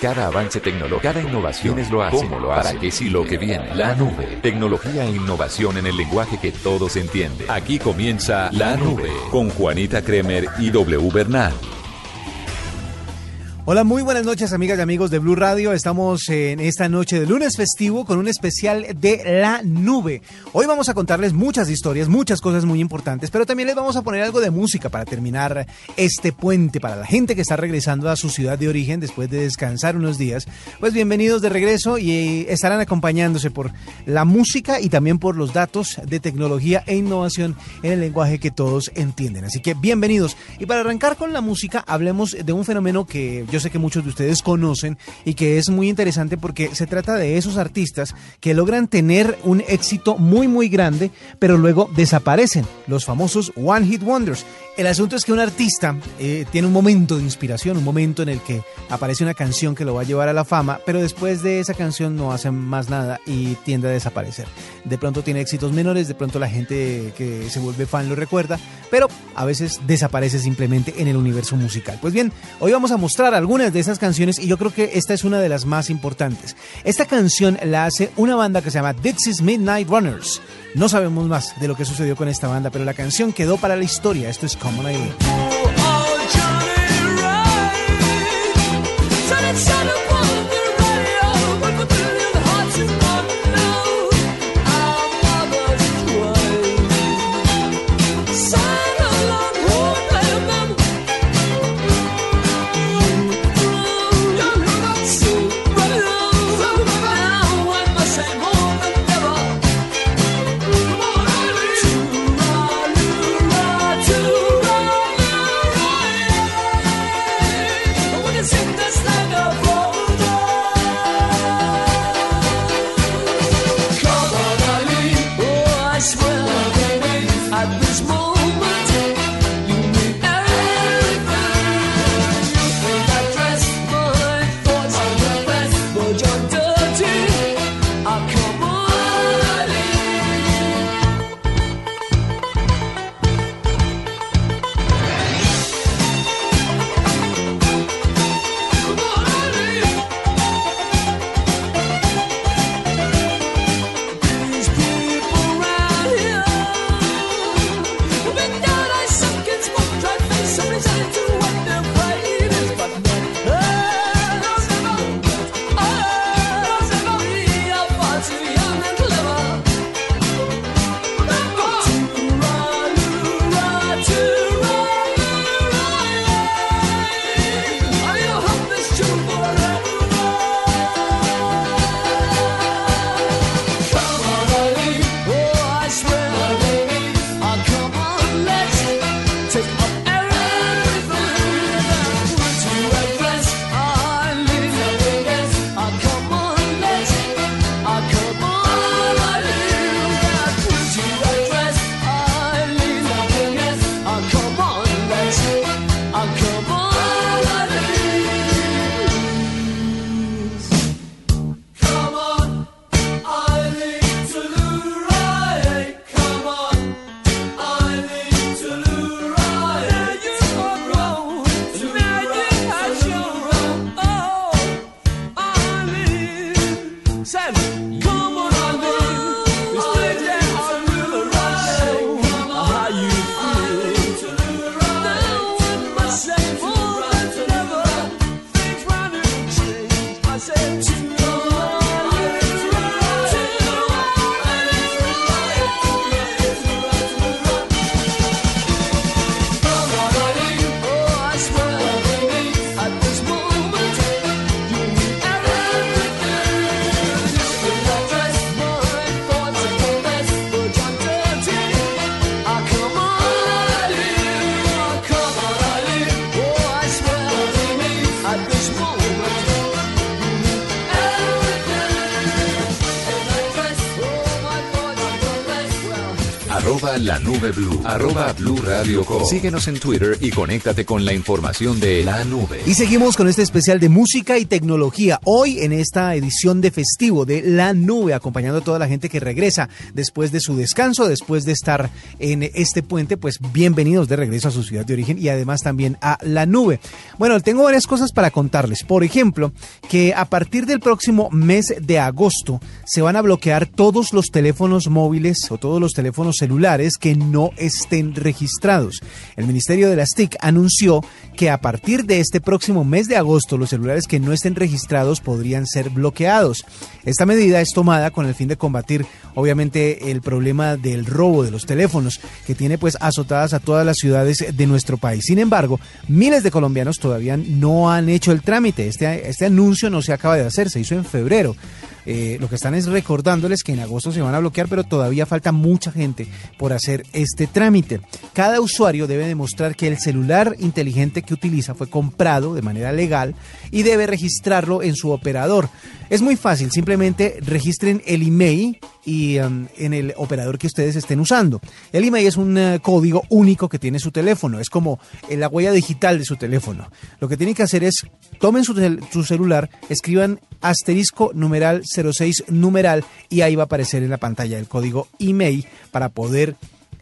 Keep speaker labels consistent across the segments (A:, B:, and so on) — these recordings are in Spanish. A: Cada avance tecnológico, cada innovación es lo hacen, lo hacen, para que sí lo que viene. La nube, tecnología e innovación en el lenguaje que todos entienden. Aquí comienza La Nube con Juanita Kremer y W Bernal.
B: Hola, muy buenas noches amigas y amigos de Blue Radio. Estamos en esta noche de lunes festivo con un especial de la nube. Hoy vamos a contarles muchas historias, muchas cosas muy importantes, pero también les vamos a poner algo de música para terminar este puente para la gente que está regresando a su ciudad de origen después de descansar unos días. Pues bienvenidos de regreso y eh, estarán acompañándose por la música y también por los datos de tecnología e innovación en el lenguaje que todos entienden. Así que bienvenidos. Y para arrancar con la música, hablemos de un fenómeno que yo sé que muchos de ustedes conocen y que es muy interesante porque se trata de esos artistas que logran tener un éxito muy muy grande, pero luego desaparecen, los famosos One Hit Wonders. El asunto es que un artista eh, tiene un momento de inspiración, un momento en el que aparece una canción que lo va a llevar a la fama, pero después de esa canción no hace más nada y tiende a desaparecer. De pronto tiene éxitos menores, de pronto la gente que se vuelve fan lo recuerda, pero a veces desaparece simplemente en el universo musical. Pues bien, hoy vamos a mostrar algunas de esas canciones y yo creo que esta es una de las más importantes. Esta canción la hace una banda que se llama Dixie's Midnight Runners. No sabemos más de lo que sucedió con esta banda, pero la canción quedó para la historia. Esto es Common Idea.
C: To run, to run, to run,
A: Arroba la nube blue. Arroba blue radio com. Síguenos en Twitter y conéctate con la información de la nube.
B: Y seguimos con este especial de música y tecnología. Hoy en esta edición de festivo de La Nube, acompañando a toda la gente que regresa después de su descanso, después de estar en este puente, pues bienvenidos de regreso a su ciudad de origen y además también a La Nube. Bueno, tengo varias cosas para contarles. Por ejemplo, que a partir del próximo mes de agosto se van a bloquear todos los teléfonos móviles o todos los teléfonos celulares que no estén registrados. El Ministerio de las TIC anunció que a partir de este próximo mes de agosto los celulares que no estén registrados podrían ser bloqueados. Esta medida es tomada con el fin de combatir obviamente el problema del robo de los teléfonos que tiene pues azotadas a todas las ciudades de nuestro país. Sin embargo, miles de colombianos todavía no han hecho el trámite. Este, este anuncio no se acaba de hacer, se hizo en febrero. Eh, lo que están es recordándoles que en agosto se van a bloquear, pero todavía falta mucha gente por hacer este trámite. Cada usuario debe demostrar que el celular inteligente que utiliza fue comprado de manera legal y debe registrarlo en su operador. Es muy fácil, simplemente registren el email y um, en el operador que ustedes estén usando. El email es un uh, código único que tiene su teléfono, es como eh, la huella digital de su teléfono. Lo que tienen que hacer es tomen su, tel- su celular, escriban asterisco numeral 06 numeral y ahí va a aparecer en la pantalla el código email para poder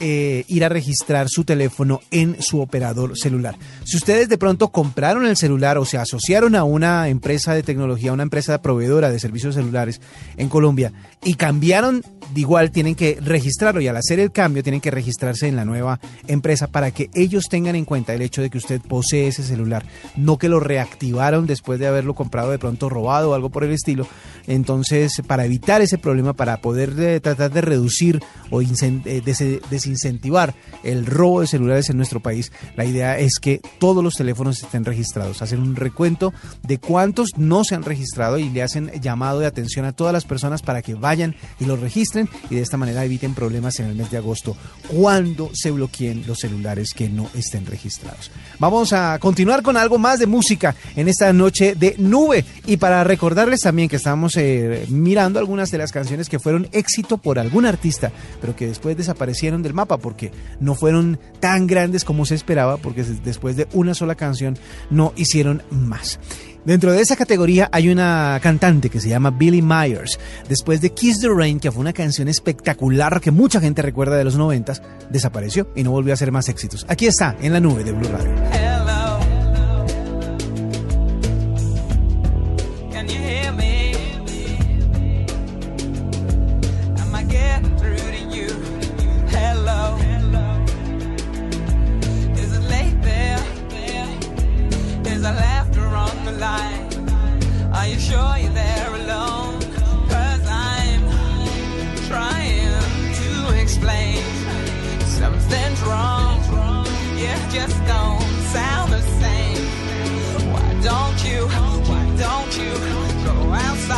B: eh, ir a registrar su teléfono en su operador celular. Si ustedes de pronto compraron el celular o se asociaron a una empresa de tecnología, una empresa proveedora de servicios celulares en Colombia y cambiaron, igual tienen que registrarlo y al hacer el cambio tienen que registrarse en la nueva empresa para que ellos tengan en cuenta el hecho de que usted posee ese celular, no que lo reactivaron después de haberlo comprado de pronto robado o algo por el estilo. Entonces, para evitar ese problema, para poder eh, tratar de reducir o incen- eh, des- desincentivar el robo de celulares en nuestro país, la idea es que todos los teléfonos estén registrados. Hacen un recuento de cuántos no se han registrado y le hacen llamado de atención a todas las personas para que vayan y los registren y de esta manera eviten problemas en el mes de agosto cuando se bloqueen los celulares que no estén registrados. Vamos a continuar con algo más de música en esta noche de nube y para recordarles también que estamos eh, mirando algunas de las canciones que fueron éxito por algún artista pero que después desaparecieron del mapa porque no fueron tan grandes como se esperaba porque se- después de una sola canción no hicieron más. Dentro de esa categoría hay una cantante que se llama Billie Myers. Después de Kiss the Rain, que fue una canción espectacular que mucha gente recuerda de los noventas, desapareció y no volvió a hacer más éxitos. Aquí está, en la nube de Blue Radio.
D: Hello. Can you hear me? Am I getting through to you? Hello. Is it late there? Is the laughter on the line? Are you sure you're there alone? Cause I'm trying to explain something's wrong. Yeah, just don't sound the same. Why don't you? Why don't you go out? Oh,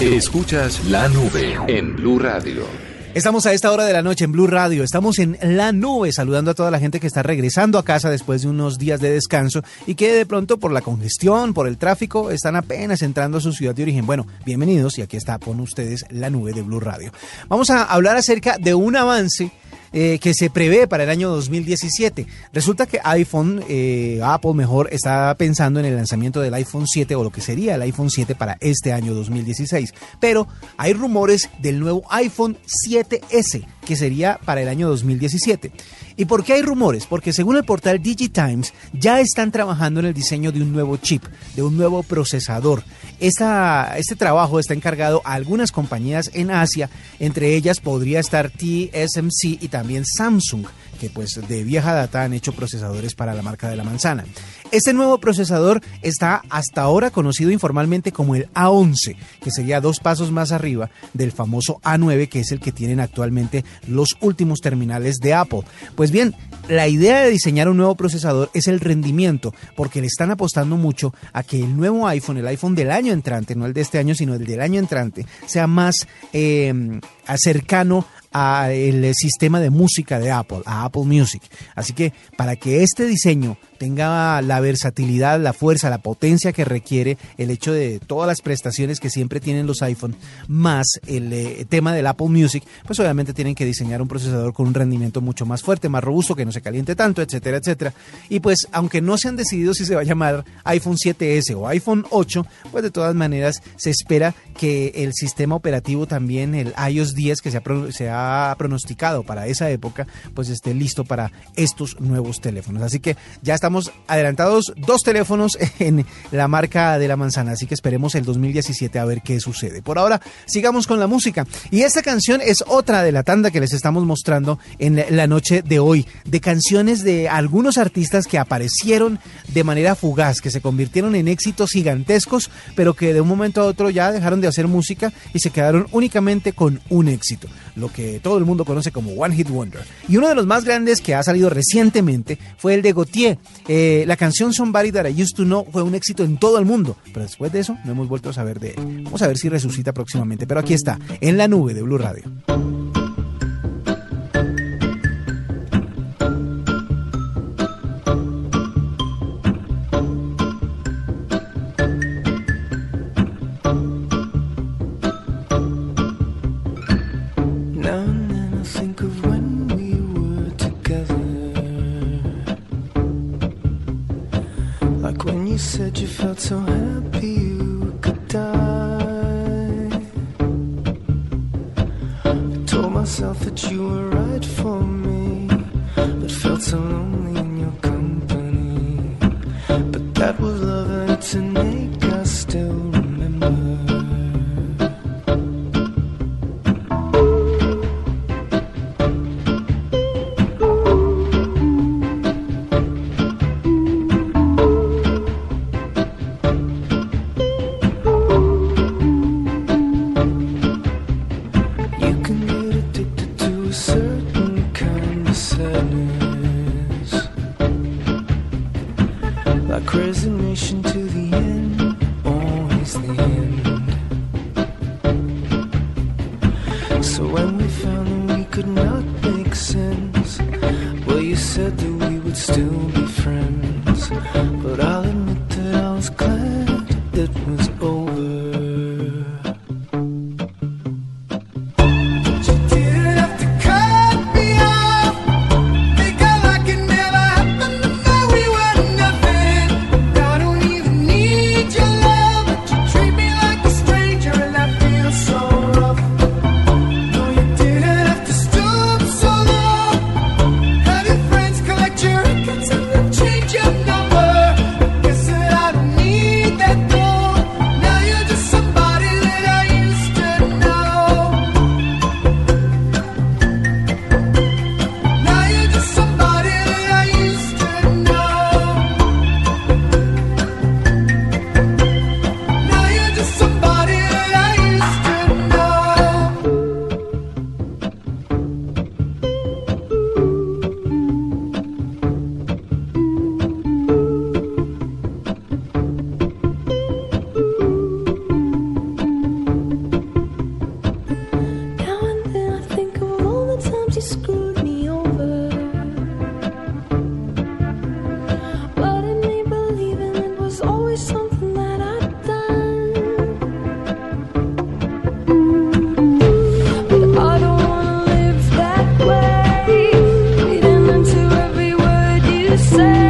E: Escuchas La Nube en Blue Radio.
B: Estamos a esta hora de la noche en Blue Radio, estamos en la nube saludando a toda la gente que está regresando a casa después de unos días de descanso y que de pronto por la congestión, por el tráfico, están apenas entrando a su ciudad de origen. Bueno, bienvenidos y aquí está con ustedes la nube de Blue Radio. Vamos a hablar acerca de un avance eh, que se prevé para el año 2017. Resulta que iPhone, eh, Apple mejor, está pensando en el lanzamiento del iPhone 7 o lo que sería el iPhone 7 para este año 2016. Pero hay rumores del nuevo iPhone 7S que sería para el año 2017. ¿Y por qué hay rumores? Porque según el portal DigiTimes ya están trabajando en el diseño de un nuevo chip, de un nuevo procesador. Esta, este trabajo está encargado a algunas compañías en Asia, entre ellas podría estar TSMC y también Samsung, que pues de vieja data han hecho procesadores para la marca de la manzana. Este nuevo procesador está hasta ahora conocido informalmente como el A11, que sería dos pasos más arriba del famoso A9, que es el que tienen actualmente los últimos terminales de Apple. Pues bien, la idea de diseñar un nuevo procesador es el rendimiento, porque le están apostando mucho a que el nuevo iPhone, el iPhone del año entrante, no el de este año, sino el del año entrante, sea más eh, cercano a el sistema de música de Apple, a Apple Music. Así que para que este diseño tenga la versatilidad, la fuerza, la potencia que requiere el hecho de todas las prestaciones que siempre tienen los iPhone, más el eh, tema del Apple Music, pues obviamente tienen que diseñar un procesador con un rendimiento mucho más fuerte, más robusto, que no se caliente tanto, etcétera, etcétera. Y pues aunque no se han decidido si se va a llamar iPhone 7S o iPhone 8, pues de todas maneras se espera que el sistema operativo también, el iOS 10, que se ha, pro- se ha pronosticado para esa época, pues esté listo para estos nuevos teléfonos. Así que ya está estamos adelantados dos teléfonos en la marca de la manzana, así que esperemos el 2017 a ver qué sucede. Por ahora, sigamos con la música. Y esta canción es otra de la tanda que les estamos mostrando en la noche de hoy, de canciones de algunos artistas que aparecieron de manera fugaz, que se convirtieron en éxitos gigantescos, pero que de un momento a otro ya dejaron de hacer música y se quedaron únicamente con un éxito, lo que todo el mundo conoce como One Hit Wonder. Y uno de los más grandes que ha salido recientemente fue el de Gautier, eh, la canción Somebody That I Used to Know fue un éxito en todo el mundo, pero después de eso no hemos vuelto a saber de él. Vamos a ver si resucita próximamente, pero aquí está, en la nube de Blue Radio.
C: Now and then I think of when we were together. Like when you said you felt so happy you could die. I told myself that you were right for me, but felt so lonely in your company. But that was love and to make us still remember. You can get addicted to a certain kind of sadness, like resignation to the end, always the end. So when we found that we could not make sense, well, you said that we would still be friends, but I'll admit that I was glad it was over. You didn't have to cut me off. Think I like it never happened and that we were nothing. I don't even need your love, but you treat me like a stranger and I feel so rough. No, you didn't have to stoop so low. Have your friends collect your records and then change your number. Guess that I don't need that though. say?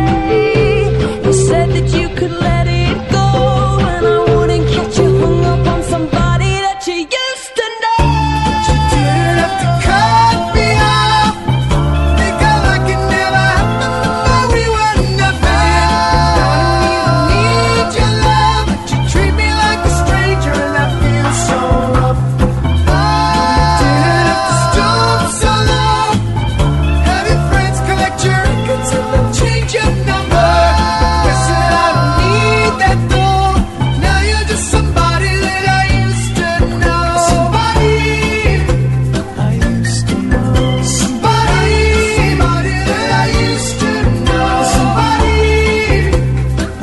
C: You said that you could let it go, and I wouldn't get you hung up on somebody that you used to know. But you didn't have to cut me off. Think I like it never happened, but we were nothing. I don't even need your love, but you treat me like a stranger, and I feel so rough. Didn't have to stoop so low. Have your friends collect your records and then change your number. Guess that I don't need that though. Now you're just somebody that I used to know. Somebody I used to know. Somebody, somebody that I used to know. Somebody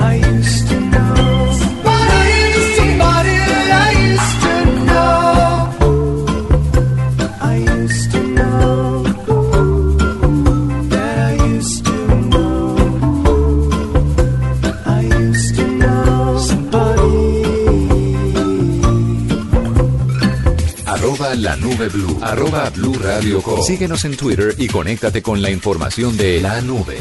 C: I used to know. Somebody, somebody that I used to know. I used to know. That I used to know. I used to know somebody.
A: Arroba la nube blue. Arroba blue radio com. Síguenos en Twitter y conéctate con la información de la nube.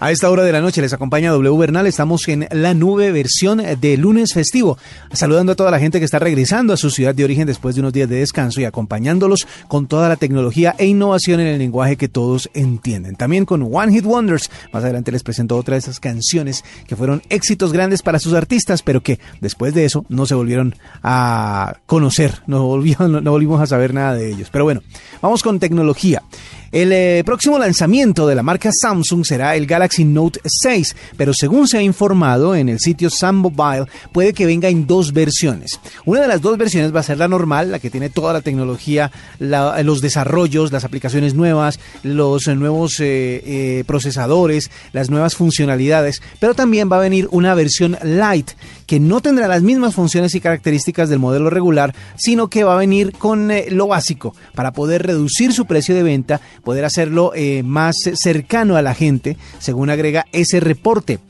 B: A esta hora de la noche les acompaña W Bernal, estamos en La Nube versión de lunes festivo, saludando a toda la gente que está regresando a su ciudad de origen después de unos días de descanso y acompañándolos con toda la tecnología e innovación en el lenguaje que todos entienden. También con One Hit Wonders, más adelante les presento otra de esas canciones que fueron éxitos grandes para sus artistas, pero que después de eso no se volvieron a conocer, no, volvieron- no- no volvimos a saber nada de ellos. Pero bueno, vamos con tecnología. El eh, próximo lanzamiento de la marca Samsung será el Galaxy Note 6, pero según se ha informado en el sitio Sam Mobile, puede que venga en dos versiones. Una de las dos versiones va a ser la normal, la que tiene toda la tecnología, la- los desarrollos, las aplicaciones nuevas, los eh, nuevos eh, eh, procesadores, las nuevas funcionalidades, pero también va a venir una versión Lite que no tendrá las mismas funciones y características del modelo regular, sino que va a venir con eh, lo básico para poder reducir su precio de venta, poder hacerlo eh, más cercano a la gente, según agrega ese reporte.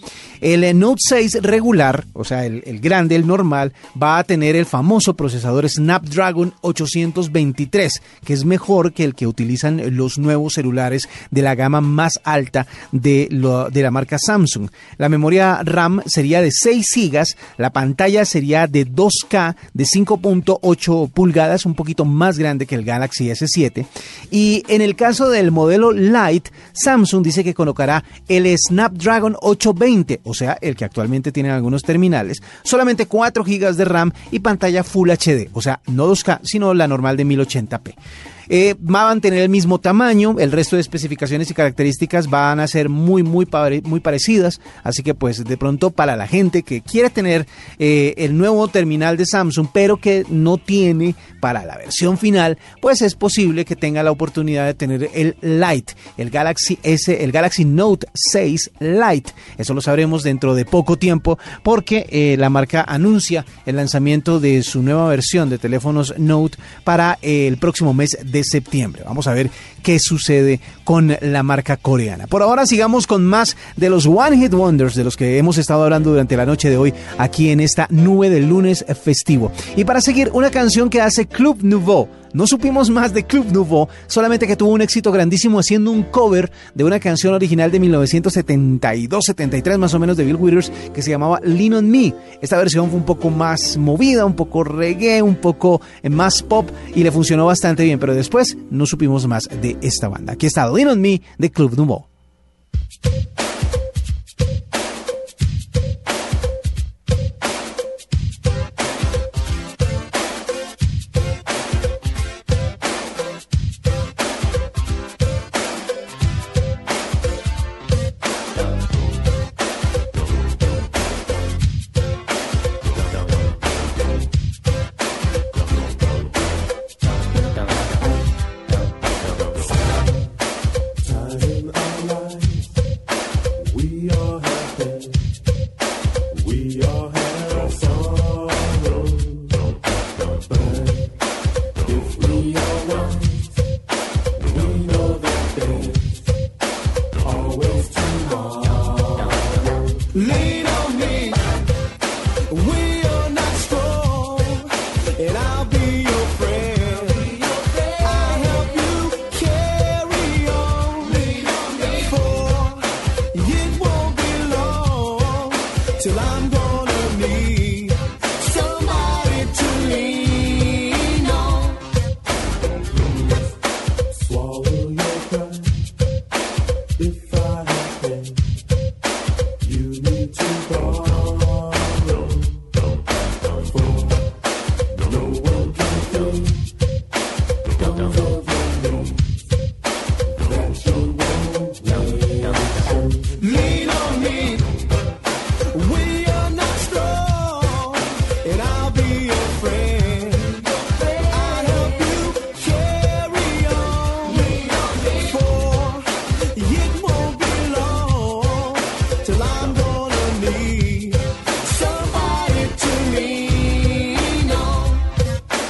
B: El eh, Note 6 regular, o sea, el, el grande, el normal, va a tener el famoso procesador Snapdragon 823, que es mejor que el que utilizan los nuevos celulares de la gama más alta de, lo- de la marca Samsung. La memoria RAM sería de 6 gigas, la pantalla sería de 2K de 5.8 pulgadas, un poquito más grande que el Galaxy S7. Y en el caso del modelo Lite, Samsung dice que colocará el Snapdragon 820, o sea, el que actualmente tienen algunos terminales, solamente 4 GB de RAM y pantalla Full HD, o sea, no 2K, sino la normal de 1080p. Eh, va a mantener el mismo tamaño, el resto de especificaciones y características van a ser muy, muy, pare- muy parecidas, así que pues de pronto para la gente que quiere tener eh, el nuevo terminal de Samsung, pero que no tiene para la versión final, pues es posible que tenga la oportunidad de tener el Lite, el Galaxy S, el Galaxy Note 6 Lite. Eso lo sabremos dentro de poco tiempo porque eh, la marca anuncia el lanzamiento de su nueva versión de teléfonos Note para eh, el próximo mes de septiembre. Vamos a ver qué sucede con la marca coreana. Por ahora sigamos con más de los One Hit Wonders de los que hemos estado hablando durante la noche de hoy aquí en esta nube del lunes festivo. Y para seguir, una canción que hace Club Nouveau. No supimos más de Club Nouveau, solamente que tuvo un éxito grandísimo haciendo un cover de una canción original de 1972-73 más o menos de Bill Withers que se llamaba Lean on Me. Esta versión fue un poco más movida, un poco reggae, un poco eh, más pop y le funcionó bastante bien, pero después no supimos más de esta banda. Aquí está Lean on Me de Club Nouveau.
C: Time alright.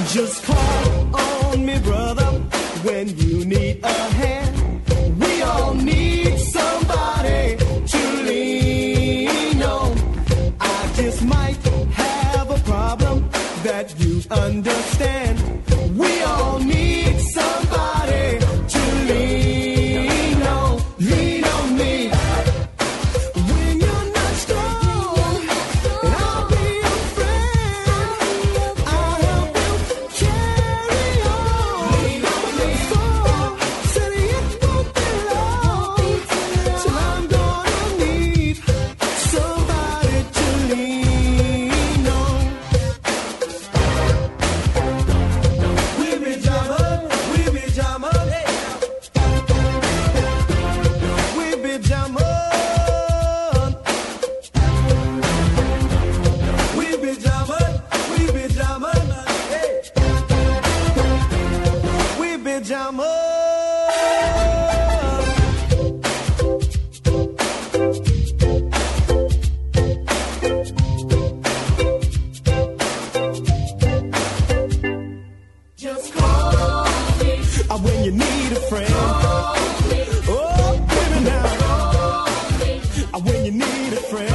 C: Just call on me, brother, when you need a hand. We all need somebody to lean on. I just might have a problem that you understand. We all need somebody to lean on. Lean on me. When you're not strong, and I'll be your friend. I'll help you carry on. I've been before, said it won't be long till I'm gonna need somebody to lean on. We be jamming, we be jamming, we be jamming. We be jamming, we be jamming, hey. We be jamming. Just call me uh, when you need a friend. Call me. Oh, baby, now. Call me. Uh, when you need a friend.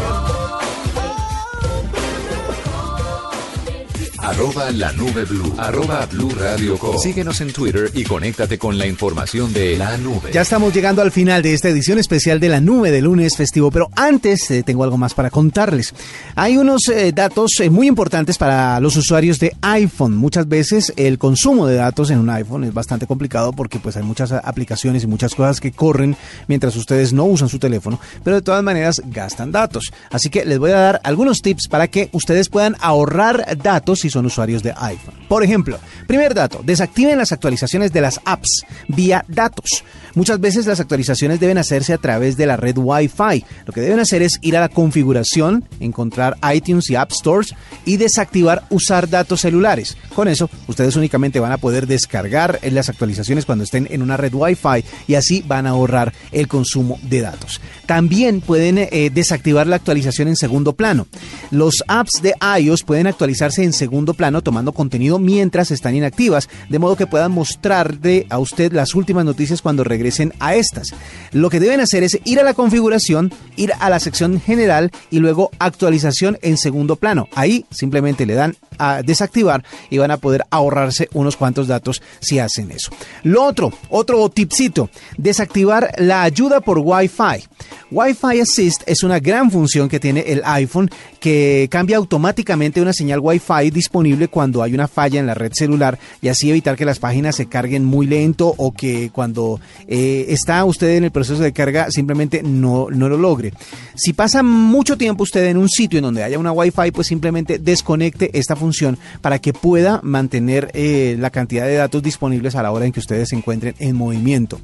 A: Arroba la nube blue. Arroba blue radio com. Síguenos en Twitter y conéctate con la información de la nube.
B: Ya estamos llegando al final de esta edición especial de la nube de lunes festivo, pero antes eh, tengo algo más para contarles. Hay unos eh, datos eh, muy importantes para los usuarios de iPhone. Muchas veces el consumo de datos en un iPhone es bastante complicado porque pues hay muchas a- aplicaciones y muchas cosas que corren mientras ustedes no usan su teléfono, pero de todas maneras gastan datos. Así que les voy a dar algunos tips para que ustedes puedan ahorrar datos si son usuarios de iPhone. Por ejemplo, primer dato, desactiven las actualizaciones de las apps vía datos. Muchas veces las actualizaciones deben hacerse a través de la red Wi-Fi. Lo que deben hacer es ir a la configuración, encontrar iTunes y App Stores y desactivar usar datos celulares. Con eso, ustedes únicamente van a poder descargar eh, las actualizaciones cuando estén en una red Wi-Fi y así van a ahorrar el consumo de datos. También pueden eh, desactivar la actualización en segundo plano. Los apps de iOS pueden actualizarse en segundo plano tomando contenido mientras están inactivas, de modo que puedan mostrarle a usted las últimas noticias cuando regresen a estas. Lo que deben hacer es ir a la configuración, ir a la sección general y luego actualización en segundo plano. Ahí simplemente le dan a desactivar y van a poder ahorrarse unos cuantos datos si hacen eso. Lo otro, otro tipcito, desactivar la ayuda por Wi-Fi. Wi-Fi Assist es una gran función que tiene el iPhone que cambia automáticamente una señal Wi-Fi disponible cuando hay una falla en la red celular y así evitar que las páginas se carguen muy lento o que cuando eh, está usted en el proceso de carga simplemente no, no lo logre. Si pasa mucho tiempo usted en un sitio en donde haya una Wi-Fi, pues simplemente desconecte esta función para que pueda mantener eh, la cantidad de datos disponibles a la hora en que ustedes se encuentren en movimiento.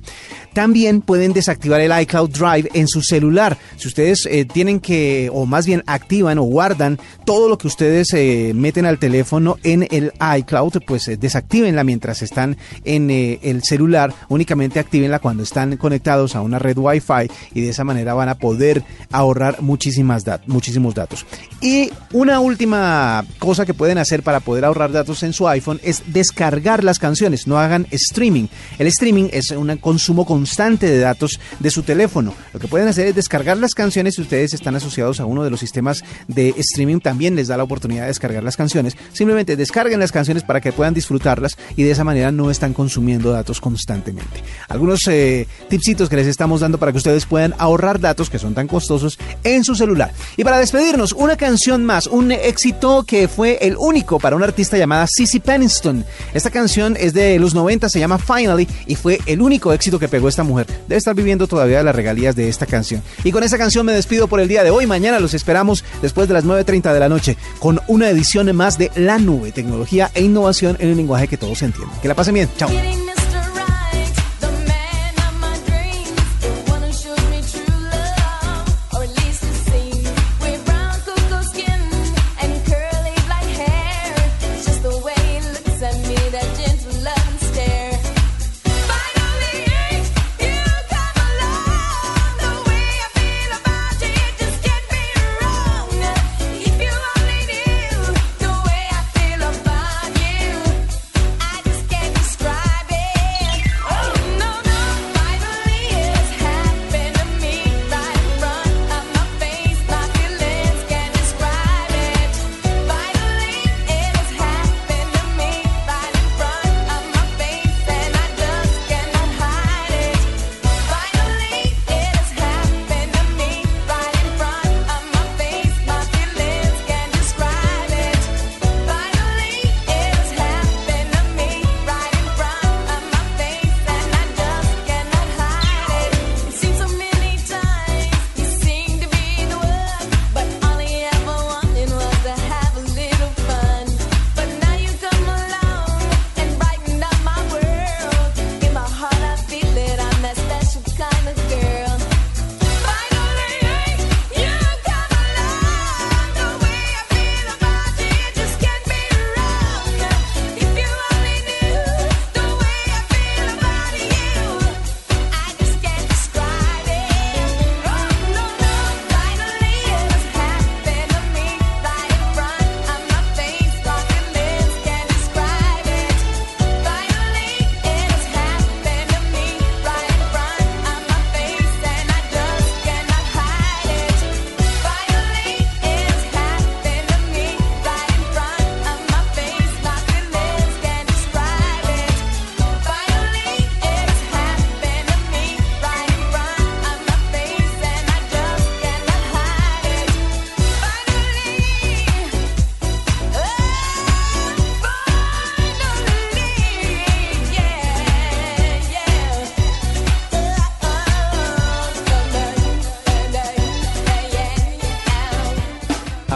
B: También pueden desactivar el iCloud Drive en su celular. Si ustedes eh, tienen que, o más bien activan o guardan todo lo que ustedes eh, meten al teléfono en el iCloud, pues eh, desactívenla mientras están en eh, el celular. Únicamente actívenla cuando están conectados a una red Wi-Fi y de esa manera van a poder ahorrar muchísimas dat- muchísimos datos. Y una última cosa que pueden hacer para poder ahorrar datos en su iPhone es descargar las canciones. No hagan streaming. El streaming es un consumo constante de datos de su teléfono. Lo que pueden hacer es descargar las canciones si ustedes están asociados a uno de los sistemas de streaming. También les da la oportunidad de descargar las canciones. Simplemente descarguen las canciones para que puedan disfrutarlas y de esa manera no están consumiendo datos constantemente. Algunos eh, tipsitos que les estamos dando para que ustedes puedan ahorrar datos que son tan costosos en su celular. Y para despedirnos, una canción más, un éxito que fue el único para una artista llamada Cissy Peniston. Esta canción es de los 90, se llama Finally y fue el único éxito que pegó esta mujer. Debe estar viviendo todavía de las regalías de esta canción. Y con esta canción me despido por el día de hoy. Mañana los esperamos después de las 9.30 de la noche con una edición más de La Nube, tecnología e innovación en un lenguaje que todos entienden. Que la pasen bien. Chao.
F: Getting Mr. Right, the man of my dreams, the one who shows me true love, or at least it seems. With brown cocoa skin and curly black hair, it's just the way he looks at me, that gentle loving stare. Finally, you come along. The way I feel about you, you just can't be wrong. If you only knew the way I feel about you.